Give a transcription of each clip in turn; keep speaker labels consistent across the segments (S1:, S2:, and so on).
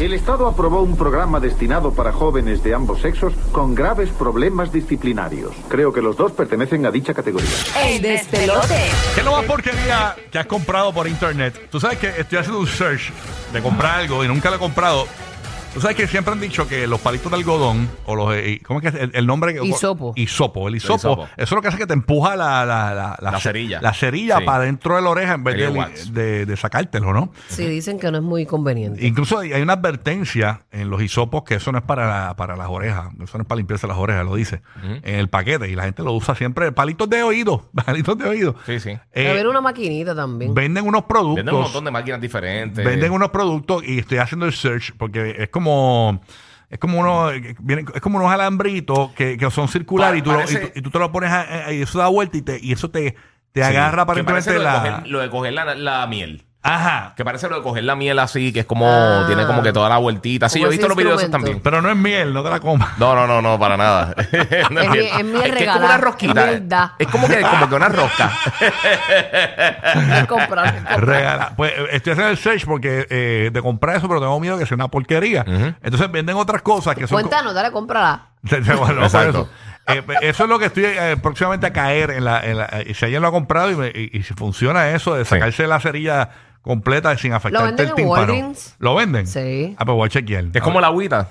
S1: El Estado aprobó un programa destinado para jóvenes de ambos sexos con graves problemas disciplinarios. Creo que los dos pertenecen a dicha categoría.
S2: El despelote.
S3: ¿Qué es lo más porquería que has comprado por internet? Tú sabes que estoy haciendo un search de comprar algo y nunca lo he comprado. Tú sabes que siempre han dicho que los palitos de algodón o los... eh, ¿Cómo es que es el, el nombre? que-
S2: Hisopo.
S3: Hisopo. El hisopo.
S4: hisopo.
S3: Eso es lo que hace que te empuja la... La, la,
S4: La cerilla.
S3: La cerilla
S4: Sí.
S3: para dentro de la oreja en vez
S4: El
S3: de,
S4: earwax.
S3: de- de sacártelo, ¿no?
S2: Sí, dicen que no es muy conveniente.
S3: Incluso hay hay una advertencia en los hisopos que eso no es para, la- para las orejas, eso no es para limpiarse las orejas, lo dice en el paquete y la gente lo usa siempre, palitos de oído, palitos de oído.
S4: Sí, sí.
S3: Eh,
S2: a ver, una maquinita también.
S3: venden unos productos.
S4: Venden un montón de máquinas diferentes.
S3: Venden unos productos y estoy haciendo el search porque es como es como unos vienen- es como unos alambritos que, que son circulares
S4: Pa-
S3: y, tú lo- y
S4: parece-
S3: tú- y tú te lo pones a- a- y eso da vuelta y te y eso te, te agarra
S4: Que parece
S3: aparentemente
S4: lo de
S3: la
S4: coger- lo de coger la, la miel.
S3: ajá
S4: Que parece lo de coger la miel así, que es como.
S2: Ah.
S4: tiene como que toda la vueltita. Sí,
S2: Como
S4: yo he
S2: ese
S4: visto los videos esos
S2: instrumento.
S4: también.
S3: pero no es miel no te la comas
S4: No, no, no, no, para nada. No
S2: Es mi- es miel
S4: que es como
S2: regalada,
S4: una
S2: es
S4: rosquita.
S2: miel da.
S4: Es como que, como que una rosca.
S2: Comprar- comprar.
S3: Regala. Pues eh, estoy haciendo el search porque eh, de comprar eso, pero tengo miedo que sea una porquería. Entonces venden otras cosas que son. co-
S2: Cuéntanos, dale, cómprala.
S3: Te- te- bueno, por
S4: Exacto.
S3: Eso. Eh, pe- eso es lo que estoy eh, próximamente a caer en la, en la- eh, y si alguien lo ha comprado y, me- y- y si funciona eso de sacarse la cerilla completa sin afectarte
S2: venden
S3: el
S2: en
S3: tímpano.
S2: Walgreens?
S3: ¿Lo venden?
S2: Sí.
S3: Ah, pues voy a chequear.
S4: es como la agüita.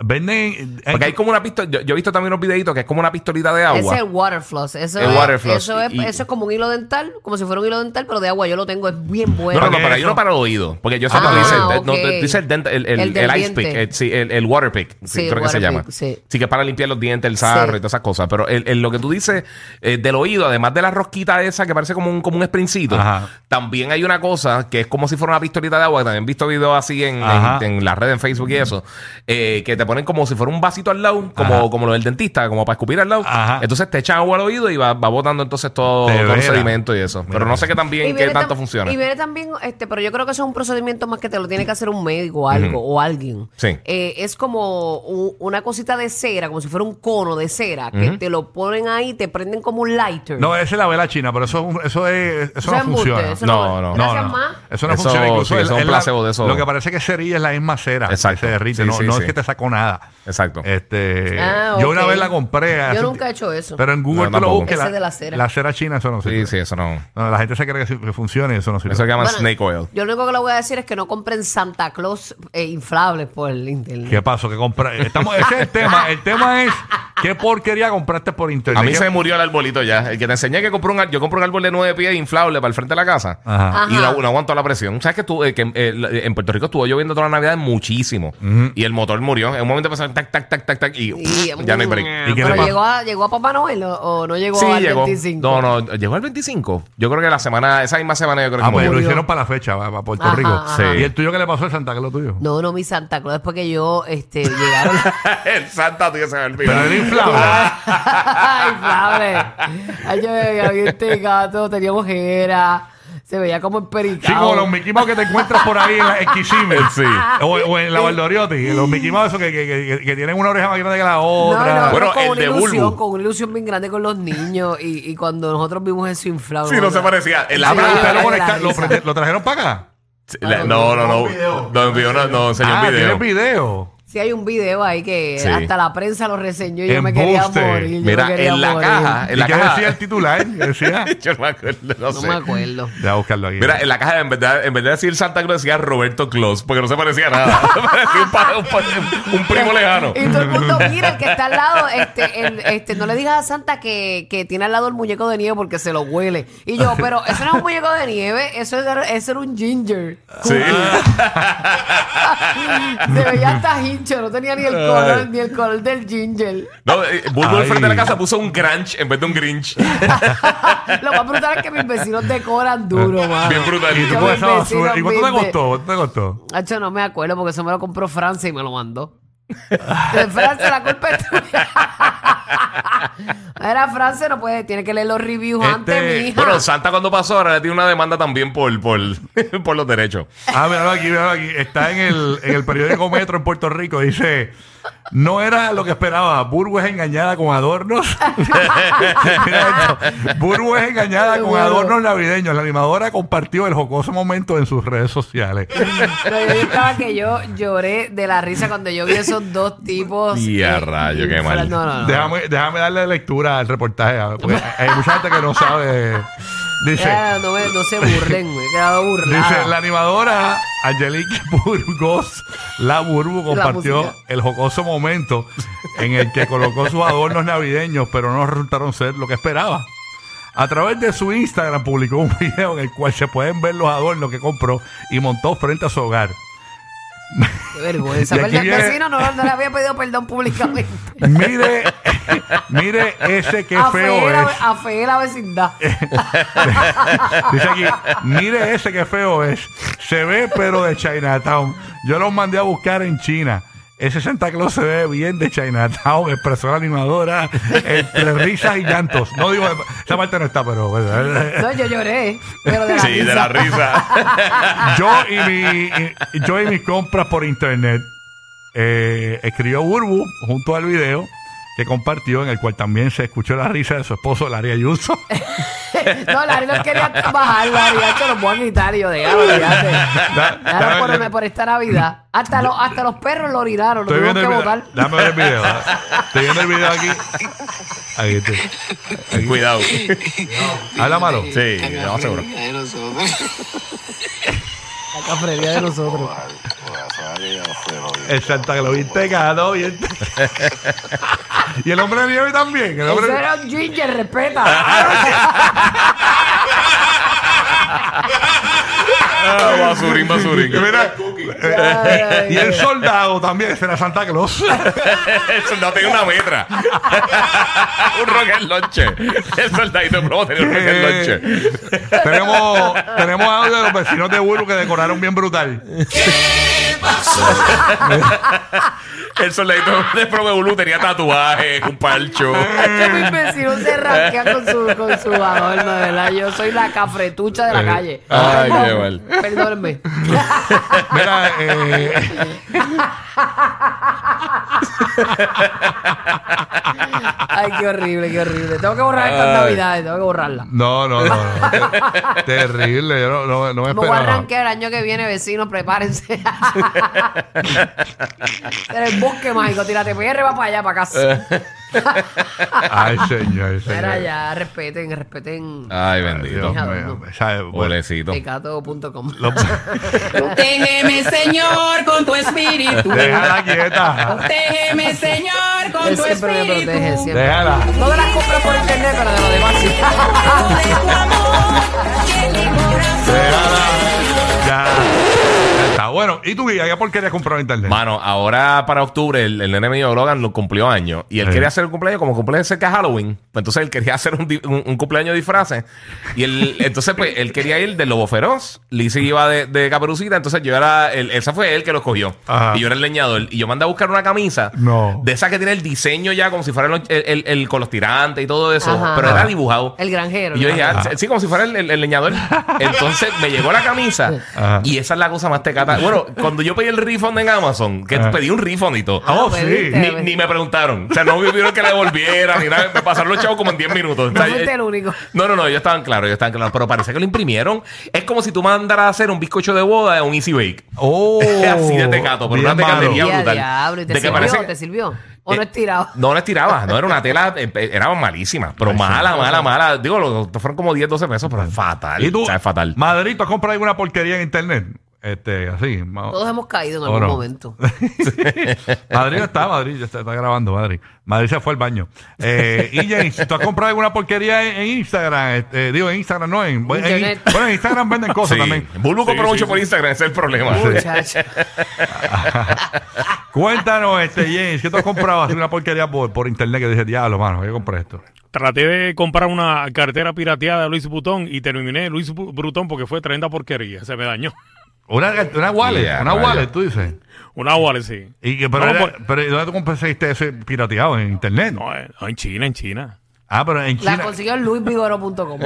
S3: Venden... eh,
S4: Porque hay como una pistola. Yo, yo he visto también unos videitos que es como una pistolita de
S2: Ese es el
S4: agua.
S2: water floss. Eso,
S4: El
S2: es,
S4: water floss.
S2: Eso, es,
S4: Y-
S2: eso es como un hilo dental, como si fuera un hilo dental, pero de agua. Yo lo tengo, es bien bueno.
S4: No, no, no,
S3: ¿Para
S4: pero
S3: qué
S4: hay uno
S3: eso?
S4: para el oído. Porque yo sé que
S2: Ah,
S4: dice, el- no,
S2: ok.
S4: te- dice el, dent- el, el,
S2: El
S4: el,
S2: del
S4: ice pick,
S2: diente.
S4: el, sí, el, el water pick,
S2: Sí,
S4: creo
S2: el
S4: que se
S2: water
S4: llama.
S2: pick, sí.
S4: que es para limpiar los dientes, el sarro
S2: Sí.
S4: y todas esas cosas. Pero el, el- lo que tú dices eh, del oído, además de la rosquita esa que parece como un, como un sprincito,
S3: Ajá.
S4: también hay una cosa que es como si fuera una pistolita de agua. que También he visto videos así en,
S3: Ajá.
S4: en, en la red, en Facebook y eso, eh, que te ponen como si fuera un vasito al lado, como, como lo del dentista, como para escupir al lado.
S3: Ajá.
S4: Entonces te echan agua al oído y va, va botando entonces todo,
S3: De
S4: todo el
S3: veras.
S4: sedimento y eso. Pero
S3: Mira.
S4: no sé qué también, qué
S2: viene tam-
S4: tanto funciona.
S2: Y viene también, este, pero yo creo que eso es un procedimiento más que te lo tiene que hacer un médico o algo, o alguien.
S4: Sí.
S2: Eh, es como u- una cosita de cera, como si fuera un cono de cera, que te lo ponen ahí, te prenden como un lighter.
S3: No, esa es la vela china, pero eso, eso, es, eso
S2: Eso
S3: no
S2: es embuste,
S3: funciona.
S2: eso
S4: No, no.
S2: Gracias,
S3: no, no.
S2: ma.
S3: Eso no
S4: Eso,
S3: funciona.
S4: sí,
S3: Incluso el-
S4: eso es un
S3: el la-
S4: placebo de eso.
S3: Lo que parece que cerilla es la misma cera.
S4: Exacto.
S3: Que se derrite.
S4: Sí,
S3: no
S4: sí,
S3: no es
S4: sí.
S3: que te sacó nada.
S4: Exacto.
S3: Este,
S2: Ah,
S3: Yo
S2: ok.
S3: una vez la compré.
S2: Yo
S3: hace-
S2: nunca he hecho eso.
S3: Pero en Google
S4: No,
S3: tú lo
S4: tampoco.
S3: buscas.
S2: Ese de la cera.
S3: La cera china, eso no sirve.
S4: Sí, sí, eso no.
S3: No, la gente se cree que, sí- que funciona y eso no sirve.
S4: Eso se llama
S2: Bueno,
S4: snake oil.
S2: Yo lo único que le voy a decir es que no compren Santa Claus eh, inflables por el internet.
S3: ¿Qué pasó? ¿Qué compra? Estamos, ese es el tema. El tema es qué porquería compraste por internet.
S4: A mí
S3: ¿Qué-
S4: se me murió el arbolito ya. El que te enseñé que compré un, ar- yo compré un árbol de nueve pies inflable para el frente de la casa.
S3: Ajá.
S2: Ajá.
S4: Y no, no aguantó la presión. ¿Sabes que, tú, eh, que eh, la- en Puerto Rico estuvo lloviendo toda la Navidad muchísimo? Y el motor murió. En un momento pasaron tac, tac, tac, tac, tac. Y,
S2: Y-
S4: ya no hay break.
S3: ¿Y qué le
S2: pero
S3: pasa?
S2: llegó a, llegó a Papá Noel o, o no llegó
S4: Sí,
S2: al
S4: llegó.
S2: 25.
S4: No, no, llegó al 25. Yo creo que la semana, esa misma semana yo creo que
S3: Ah, pues
S4: murió.
S3: lo
S2: murió.
S3: hicieron para la fecha, para para Puerto
S2: Ajá,
S3: Rico.
S2: ajá.
S3: ¿Y el tuyo qué le pasó a Santa Claus tuyo?
S2: No, no, mi Santa Claus, después que yo este, llegaron
S4: el Santa tío se me olvidó.
S3: Pero era inflable.
S4: Ah.
S2: Ay, inflable. Ay, yo veía bien este gato, tenía ojeras, se veía como
S3: Sí, como
S2: empericado.
S3: los Mickey Mouse que te encuentras por ahí en la en Kissimmee.
S4: Sí.
S3: O, o en la Valdoriotti. Los Mickey Mouse esos que, que, que- que tienen una oreja más grande que la
S2: No,
S3: otra.
S2: no, no,
S4: Bueno,
S2: con
S4: el
S2: una
S4: de
S2: ilusión,
S4: Bulbu.
S2: con una ilusión bien grande con los niños y, y cuando nosotros vimos eso inflable.
S4: Sí, no se parecía. El
S3: Ah, pero
S2: Sí,
S3: ustedes lo,
S2: la
S3: conectaron- lo
S2: risa.
S3: prende- lo trajeron para acá.
S4: La- no, no, no. No envió, no, no enseñó
S3: ah,
S4: un video.
S3: tiene video.
S2: Sí, hay un video ahí que
S4: Sí.
S2: hasta la prensa lo reseñó y yo me quería
S3: Embuste.
S2: morir. yo me
S4: Mira,
S2: quería
S4: en la
S2: morir.
S4: caja, Ah, en
S3: ¿Y
S4: la
S3: qué
S4: caja.
S3: decía el titular? ¿Qué decía?
S4: Yo no me acuerdo, no
S2: No
S4: sé.
S2: me acuerdo.
S3: Voy a buscarlo aquí.
S4: Mira, en la caja, en verdad, en vez de decir Santa Cruz, decía Roberto Claus, porque no se parecía a nada. parecía un, pa- un pa- un primo lejano.
S2: Y todo el mundo mira el que está al lado, este, el- este, no le digas a Santa que, que tiene al lado el muñeco de nieve porque se lo huele. Y yo, pero eso no es un muñeco de nieve, eso era, eso era un ginger.
S4: Sí.
S2: Se veía hasta hincho, no tenía ni el color, ni el color del ginger.
S4: No, eh, Bulbo al
S3: Ay.
S4: frente de la casa puso un Grinch en vez de un Grinch.
S2: Lo más brutal es que mis vecinos decoran duro, mano.
S4: Bien brutal.
S3: Y tú
S2: Yo
S3: con
S2: mis
S3: esa basura.
S2: vecinos,
S3: ¿Y cuánto te
S2: mis ve-
S3: costó? ¿Cuánto te costó?
S2: Hacho, no me acuerdo porque eso me lo compró Francia y me lo mandó. De Francia, la culpa es tuya. Era Francia, no puede, tiene que leer los reviews
S3: Este,
S2: antes, mija.
S4: Bueno, Santa cuando pasó ahora le tiene una demanda también por, por, por los derechos.
S3: Ah, míralo aquí, míralo aquí. Está en el, en el periódico Metro en Puerto Rico. Dice: No era lo que esperaba. Burgo es engañada con adornos. Mira esto. Burgo es engañada con adornos navideños. La animadora compartió el jocoso momento en sus redes sociales.
S2: No, yo estaba que yo lloré de la risa cuando yo vi esos dos tipos. eh,
S4: Y a rayo, qué mal.
S2: No, no, Eh, no.
S3: Déjame, déjame darle lectura al reportaje. a ver, porque hay mucha gente que no sabe. Dice.
S2: Ya, no, me- no se burlen, me he quedado burlada.
S3: Dice, la animadora Angelique Burgos, la Burbu, compartió
S2: música.
S3: el jocoso momento en el que colocó sus adornos navideños, pero no resultaron ser lo que esperaba. A través de su Instagram publicó un video en el cual se pueden ver los adornos que compró y montó frente a su hogar.
S2: Qué vergüenza.
S3: Y aquí
S2: Perdón,
S3: viene-
S2: vecino, no, no le había pedido perdón públicamente.
S3: Mire, mire ese que feo
S2: afeé,
S3: es.
S2: la, afeé la vecindad.
S3: Dice aquí, mire ese que feo es. Se ve pero de Chinatown. Yo los mandé a buscar en China. Ese Santa Claus se ve bien de Chinatown, expresó la animadora, entre risas y llantos. No digo, esa parte no está, pero... eh,
S2: No, yo lloré, pero de la
S4: Sí,
S2: risa.
S4: de la risa.
S3: Yo y, mi, y- yo y mis compras por internet, eh, escribió Burbu junto al video que compartió, en el cual también se escuchó la risa de su esposo, Larry Ayuso.
S2: Eh, No, Larry no quería bajar, Larry. Hacho, los voy a gritar y yo, "Ah, déjalo, olvídate.
S3: Da-
S2: Déjalo
S3: dame-
S2: por, por esta Navidad. Hasta, los- hasta los perros lo orinaron, lo
S3: Estoy
S2: tuvimos
S3: viendo
S2: que
S3: el video.
S2: botar.
S3: Déjame ver el video. ¿eh? Estoy viendo el video aquí. Aquí estoy.
S4: Cuidado.
S3: Habla malo.
S4: Sí, vamos seguro.
S2: La cafrería de nosotros.
S3: El Santa Claus bien tecado, bien tecado. Y el hombre de nieve también. El hombre
S2: Eso era un ginger, respeta.
S4: Ah, basurín, basurín.
S3: Y mira, eh, y el soldado también ese era Santa Claus.
S4: El soldado tenía una metra. un rocket launcher. El soldadito probó tenía un rocket launcher.
S3: tenemos, tenemos audio de los vecinos de Burbu que decoraron bien brutal.
S4: El soldadito de Probe Blue tenía tatuajes, un parcho.
S2: Yo mis vecinos se rasquean con su, con su adorno, de verdad. Yo soy la cafretucha de
S3: Eh,
S2: la calle.
S4: Ay,
S2: Perdón,
S4: qué mal.
S2: Perdónenme.
S3: Mira, eh,
S2: Ay, qué horrible, qué horrible. Tengo que borrar estas
S4: Ay.
S2: navidades, tengo que borrarlas.
S3: no, no, no. no. Te- Terrible. Yo no, no, no me
S2: Me voy a
S3: esperaba.
S2: arranquear el año que viene, vecinos, prepárense. en el bosque mágico, tírate PR, va para allá, para casa.
S3: Ay, señor.
S2: Era
S3: señor.
S2: ya, respeten, respeten.
S4: Ay,
S3: Dios
S4: bendito.
S3: mío. ¿Sabes? Bueno,
S4: Pobrecito.
S2: Pecato.com.
S5: Protégeme, Señor, con tu espíritu.
S3: Déjala quieta.
S5: Protégeme, Señor, con
S2: Él
S5: tu
S2: siempre me
S5: espíritu.
S2: protege, siempre.
S3: Déjala.
S2: No de las compras por internet, pero de lo demás sí.
S5: De tu amor, que mi corazón.
S3: Ya. Ya está. Bueno, ¿y tú, Guía? ¿Qué porquería comprar en internet?
S4: Mano, ahora para octubre el, el nene mío Logan lo cumplió años y él
S3: Sí.
S4: quería hacer un cumpleaños como cumpleaños cerca de Halloween. Pues entonces él quería hacer un, di- un- un cumpleaños de disfraces. Y él, entonces, pues, él quería ir de Lobo Feroz. Lizzie iba de, de Caperucita. Entonces yo era. El, ese fue él que lo cogió.
S3: Ajá.
S4: Y yo era el leñador. Y yo mandé a buscar una camisa.
S3: No.
S4: De esa que tiene el diseño ya, como si fuera el, el- el- el- con los tirantes y todo eso.
S2: Ajá.
S4: Pero
S3: Ajá.
S4: era dibujado.
S2: El granjero.
S4: Y yo
S2: el
S4: dije, ah, sí, como si fuera el, el- el leñador. Entonces me llegó la camisa
S3: Ajá.
S4: y esa es la cosa más tecata. Bueno, cuando yo pedí el refund en Amazon, que
S3: Ajá.
S4: pedí un refund y todo.
S2: Ah,
S3: Oh,
S2: pues,
S3: sí.
S2: viste,
S4: Ni,
S2: pues.
S4: ni me preguntaron. O sea, no me pidieron que la devolviera ni nada. Me pasaron los chavos como en 10 minutos. O
S2: No
S4: sea,
S2: fuiste
S4: eh,
S2: el único.
S4: no, no, no, ellos estaban claros, ellos estaban claros. Pero parece que lo imprimieron. Es como si tú mandaras a hacer un bizcocho de boda en un Easy Bake.
S3: Oh,
S4: Así de tecato, pero
S3: bien
S4: una tecatería
S3: malo.
S2: Y a
S4: brutal.
S2: diablo, ¿y te
S4: De que
S2: sirvió?
S4: parece que-
S2: ¿Te sirvió? ¿O no
S4: Eh,
S2: es tirado?
S4: No la estiraba, no era una tela, eh, eh, era malísima, pero mala, mala, mala. Digo, lo- lo- fueron como 10, 12 pesos, pero es fatal.
S3: ¿Y tú?
S4: O sea, es fatal.
S3: Madrid, ¿tú has comprado alguna porquería en internet? Este, así. ma-
S2: Todos hemos caído en
S3: ¿O
S2: algún
S3: no?
S2: momento.
S3: Madrid no está, Madrid, ya está, está grabando, Madrid. Madrid se fue al baño. Eh, y James, ¿tú has comprado alguna porquería en, en Instagram? Este, digo, en Instagram no, en, en-
S2: Internet.
S3: bueno, en Instagram venden
S4: Sí.
S3: cosas también.
S4: Bulbo
S3: Sí,
S4: compró
S3: sí,
S4: mucho
S3: sí.
S4: por Instagram, ese es el problema.
S2: Muchacho.
S3: Cuéntanos, este, James, ¿qué tú has comprado así una porquería por, por internet que dices, diablo, mano, yo compré esto?
S6: Traté de comprar una cartera pirateada de Luis Butón y terminé Luis Bu- Brutón porque fue tremenda porquería. Se me dañó.
S3: Una, una wallet,
S4: Ya,
S3: una
S4: vaya.
S3: wallet, tú dices.
S6: Una wallet, sí.
S3: Y que, pero,
S6: No,
S3: era-
S6: por-
S3: pero ¿y ¿dónde tú compraste ese pirateado? ¿En internet?
S6: No, eh, no, en China, en China.
S3: Ah, pero en
S2: La
S3: China.
S2: consiguió en luisvigoro.com.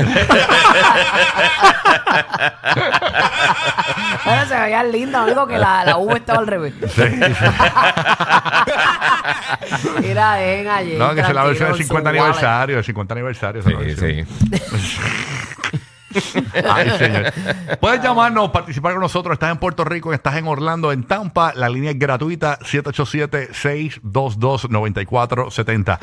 S2: Ahora se veía linda, único que la, la uva estaba al revés.
S3: Sí, sí.
S2: Mira, ven ayer.
S3: No, que se la versión del 50
S2: aniversario.
S3: aniversario, del 50 aniversario. se la
S4: Sí,
S3: versión.
S4: sí.
S3: Ay, señor. Puedes llamarnos, participar con nosotros. Estás en Puerto Rico, estás en Orlando, en Tampa. La línea es gratuita, 787-622-9470.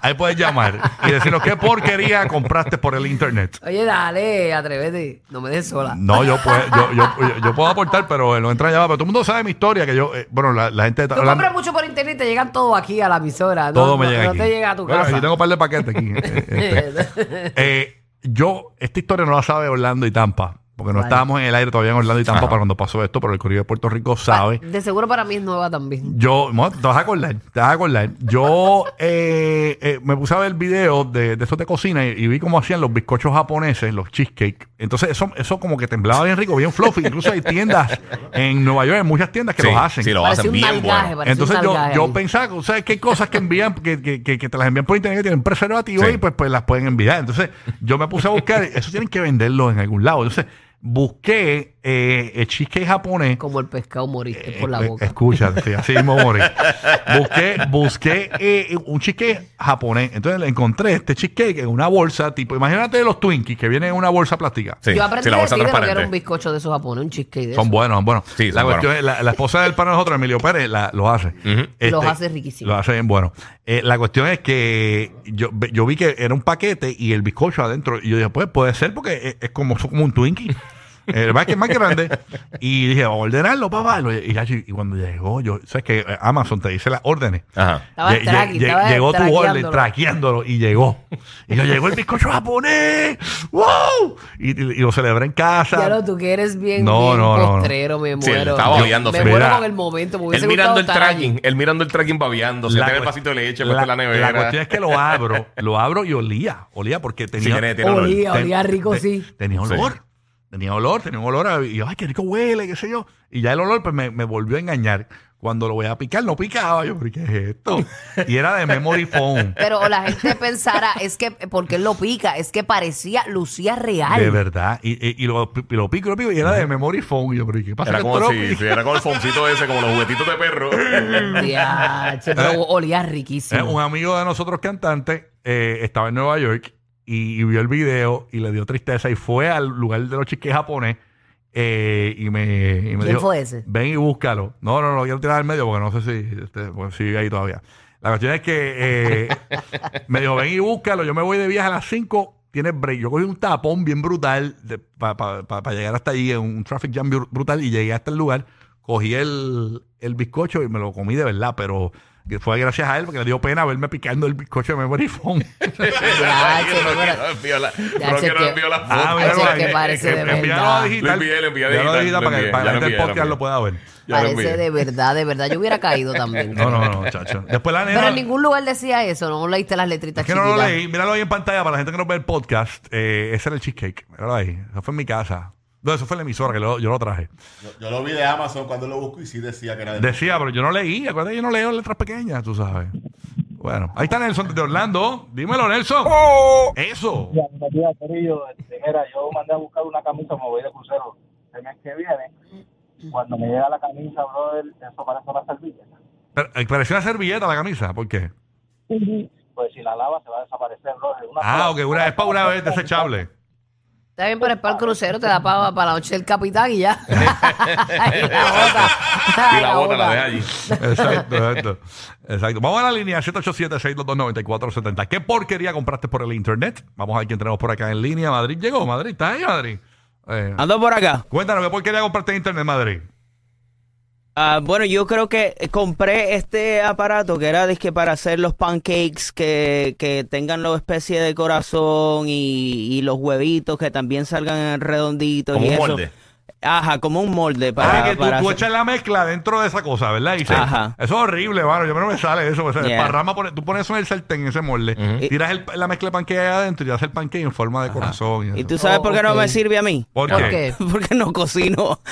S3: Ahí puedes llamar y decirnos qué porquería compraste por el internet.
S2: Oye, dale, atrévete. No me dejes sola.
S3: No, yo, puedo- yo, yo- yo puedo aportar, pero eh, lo entra llamada. Pero todo el mundo sabe mi historia, que yo, eh, bueno, la, la gente... está
S2: Tú
S3: hablando-
S2: compras mucho por internet y te llegan todo aquí a la emisora. No,
S3: Todo me
S2: no-
S3: llega
S2: no
S3: aquí.
S2: te llega a tu
S3: Bueno,
S2: casa.
S3: Yo tengo un par de paquetes aquí. Este, eh, yo, esta historia no la sabe Orlando y Tampa, porque no
S2: Vale.
S3: estábamos en el aire todavía en Orlando y Tampa para cuando pasó esto, pero el Correo de Puerto Rico sabe.
S2: De seguro para mí es nueva también.
S3: Yo, mo- te vas a acordar, te vas a acordar. Yo eh, eh, me puse a ver videos de, de esos de cocina y, y vi cómo hacían los bizcochos japoneses, los cheesecake. Entonces, eso, eso como que temblaba bien rico, bien fluffy. Incluso hay tiendas en Nueva York, en muchas tiendas que
S4: Sí,
S3: los hacen.
S4: sí, lo
S2: Parece
S4: hacen
S2: un
S4: bien
S2: nalgaje,
S4: bueno.
S2: parece
S3: Entonces
S2: un
S3: yo,
S2: nalgaje ahí.
S3: yo pensaba, o sea, que hay cosas que envían, que, que, que, que te las envían por internet que tienen preservativo
S4: Sí.
S3: y pues, pues las pueden enviar. Entonces yo me puse a buscar, eso tienen que venderlo en algún lado. Entonces busqué eh, el cheesecake japonés.
S2: Como el pescado moriste por la
S3: Eh, eh,
S2: boca.
S3: escúchate, sí, así mismo morí. Busqué, busqué eh, un cheesecake japonés. Entonces le encontré este cheesecake en una bolsa, tipo, imagínate los Twinkies que vienen en una bolsa plástica.
S4: Sí,
S2: yo aprendí
S4: sí, la
S2: a
S4: bolsa
S2: decir que era
S4: transparente.
S2: un bizcocho de esos japoneses, un cheesecake de
S3: Son
S2: esos.
S3: buenos, son buenos.
S4: Sí, son
S3: la cuestión
S4: buenos.
S3: es, la, la esposa del pana de nosotros, Emilio Pérez, la, lo hace.
S2: Los hace riquísimos.
S3: Los hace bien buenos. Eh, la cuestión es que yo, yo vi que era un paquete y el bizcocho adentro. Y yo dije, pues puede ser porque es, es como, son como un Twinkie. Eh, El que es más grande. Y dije, vamos a ordenarlo, papá. Lo- Y, y- y cuando llegó, yo, ¿sabes que Amazon te dice las órdenes.
S4: Ajá.
S2: Estaba
S3: Lle-
S2: traqui,
S3: lle-
S2: estaba
S3: llegó tu orden
S2: traqueándolo.
S3: traqueándolo y llegó. Y yo llegó el bizcocho japonés. ¡Wow! Y, y- y lo celebré en casa.
S2: Ya lo, tú que eres bien,
S3: No,
S2: bien
S3: no, no, no.
S2: postrero, me
S4: Sí, él
S2: muero.
S4: estaba
S3: Yo-
S4: odiándose.
S2: Me muero
S3: Mira,
S2: con el momento. Me hubiese
S4: Él mirando
S2: gustado
S4: el
S2: estar allí.
S4: tracking, él mirando el tracking babeando, se
S3: La
S4: tiene el
S3: cues-
S4: vasito de leche, puesto en la
S3: la cuestión
S4: nevera.
S3: es que lo abro, lo abro y olía, olía porque tenía,
S4: tiene- tiene olor.
S3: ten-
S2: Olía, olía rico,
S3: te-
S2: sí.
S3: Tenía
S4: Sí.
S3: olor, tenía olor, tenía un olor a, y yo, ay, qué rico huele, qué sé yo. Y ya el olor pues, me, me volvió a engañar. Cuando lo voy a picar, no picaba. Yo, pero ¿qué es esto? Y era de memory foam.
S2: Pero o la gente pensara, es que, porque él lo pica? Es que parecía, lucía real.
S3: De verdad. Y, y- y lo, pi- y lo pico, lo pico, y era de memory foam. Y yo, pero ¿qué pasa?
S4: Era
S3: que
S4: como
S3: esto lo
S4: si,
S3: pico?
S4: sí, era como el foncito ese, como los juguetitos de perro.
S2: Diache, pero olía riquísimo.
S3: Eh, un amigo de nosotros cantante eh, estaba en Nueva York y, y vio el video y le dio tristeza y fue al lugar de los chiques japonés eh, y me, y me
S2: ¿Quién
S3: dijo,
S2: fue ese?
S3: ven y búscalo. No, no, no, lo quiero tirar al medio porque no sé si, este, porque sigue ahí todavía. La cuestión es que eh, me dijo, ven y búscalo, yo me voy de viaje a las 5, tienes break. Yo cogí un tapón bien brutal para llegar hasta allí, en un traffic jam bru- brutal y llegué hasta el lugar, cogí el, el bizcocho y me lo comí de verdad, pero que fue gracias a él porque le dio pena verme picando el bizcocho de memory foam.
S2: Diache,
S4: Rocky
S2: pero-
S4: no envió la-
S2: Ya,
S4: Rocky
S2: che,
S4: no
S2: que-
S4: envió la
S3: Ah,
S2: mira,
S4: foto.
S3: míralo
S2: Ese que
S3: ahí.
S2: parece de
S3: Envíalo
S2: verdad.
S3: a digital.
S4: Lo envié, lo envié a
S3: Envíalo a
S4: digital,
S3: digital
S4: lo
S3: para que
S4: envié,
S3: para que
S4: ya lo
S3: la gente del
S4: envié, ya lo
S3: podcast lo
S4: envié.
S3: pueda ver.
S4: Ya lo
S2: Parece
S4: envié.
S2: de verdad, de verdad. Yo hubiera caído también.
S3: No, no, no, chacho. Después la nena.
S2: Pero en ningún lugar decía eso, no leíste las letritas
S3: Es que no lo
S2: chiquitas.
S3: leí. Míralo ahí en pantalla para la gente que no ve el podcast. Eh, ese era el cheesecake. Míralo ahí. Eso fue en mi casa. No, eso fue en la emisora que lo- yo lo traje.
S7: Yo, yo lo vi de Amazon cuando lo busco y sí decía que era de
S3: Decía, pero yo no leí. Acuérdate, yo no leo letras pequeñas, tú sabes. Bueno, ahí está Nelson de Orlando. Dímelo, Nelson. Eso.
S8: Buenos días, Corillo. Este, mira, yo mandé a buscar una camisa, me voy de crucero el mes que viene. Cuando me llega la camisa, brother, eso parece una servilleta.
S3: Pero, eh, pareció una servilleta la camisa. ¿Por qué?
S8: Pues si la lava se va a desaparecer, brother. Una
S3: Ah,
S8: sola-
S3: ok. Una, es para una vez desechable.
S2: Está bien, pero es para el crucero, te da para, para la noche del capitán y ya. y la bota.
S4: Y la bota la deja allí.
S3: Exacto, exacto. Exacto. Vamos a la línea 787-622-9470. ¿Qué porquería compraste por el internet? Vamos a ver quién tenemos por acá en línea. Madrid llegó. Madrid, ¿estás ahí, Madrid? Eh,
S8: Ando por acá.
S3: cuéntanos, ¿qué porquería compraste en internet, Madrid?
S8: Ah, bueno, yo creo que eh, compré este aparato que era dizque, para hacer los pancakes que, que tengan la especie de corazón y, y los huevitos que también salgan redonditos.
S4: Como
S8: y
S4: un
S8: eso.
S4: molde.
S8: Ajá, como un molde para.
S3: Ah, que tú,
S8: para
S3: tú
S8: hacer-
S3: echas la mezcla dentro de esa cosa, ¿verdad? Y se-
S8: Ajá.
S3: Eso es horrible, mano. Yo no me sale eso. O sea,
S8: Yeah.
S3: esparrama, pone- tú pones eso en el sartén, en ese molde.
S8: Ujú.
S3: Tiras el- la mezcla de panqueque ahí adentro y haces el panqueque en forma de corazón. y
S8: ¿Y
S3: eso.
S8: tú sabes
S2: Oh,
S8: por qué no
S2: ok.
S8: me sirve a mí?
S3: ¿Por
S2: ¿Por
S3: qué? Ah.
S2: qué?
S8: Porque no cocino.
S2: ¿Qué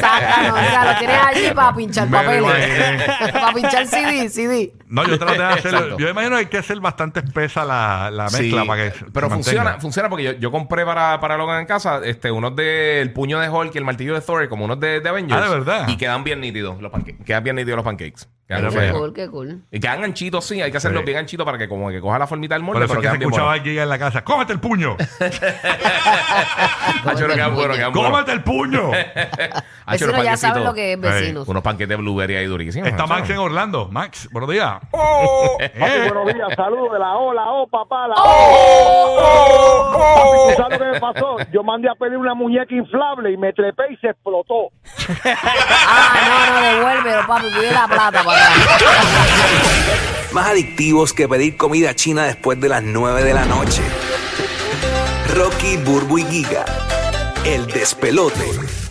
S2: sácalo? Mira, lo tienes allí para pinchar
S3: Me lo
S2: papeles.
S3: imaginé.
S2: para pinchar CD, CD.
S3: No, yo traté de hacerlo.
S4: Exacto.
S3: Yo imagino que hay que hacer bastante espesa la, la
S4: Sí, eh,
S3: mezcla para que. se-
S4: pero
S3: se
S4: funciona,
S3: mantenga.
S4: funciona porque yo, yo compré para, para Logan en casa este, unos del puño de Hulk y el martillo de Thor, como unos de, de Avengers.
S3: Ah, ¿de verdad?
S4: Y quedan bien nítidos los pancakes. Quedan bien nítidos los pancakes. Quedan
S3: Mira,
S4: bien
S2: Qué
S3: Bueno.
S4: feos.
S2: cool, qué cool.
S4: y quedan anchitos, sí, hay que hacerlos
S3: Sí.
S4: bien anchitos para que como que coja la formita del molde,
S3: Por eso
S4: pero
S3: es que se
S4: quedan bien
S3: escuchaba
S4: buenos.
S3: aquí en la casa: ¡Cómete el puño!
S4: Hacho, no quedan buenos, quedan buenos.
S3: ¡Cómete el puño!
S4: Hacho, los
S2: Vecinos ya saben
S4: panquecitos.
S2: lo que es vecinos.
S4: Unos panquetes de blueberry ahí durísimos.
S3: Está
S4: hacho.
S3: Max en Orlando. Max, buenos días.
S9: Papi,
S3: Eh,
S9: buenos días, saludos de la ola, oh papá, la O. ¿Tú sabes lo que me pasó? Yo mandé a pedir una muñeca inflable y me trepé y se explotó.
S2: Ah, no, no, devuélvelo, papi. Pide la plata para acá.
S1: Más adictivos que pedir comida china después de las 9 de la noche. Rocky, Burbu y Giga. El despelote.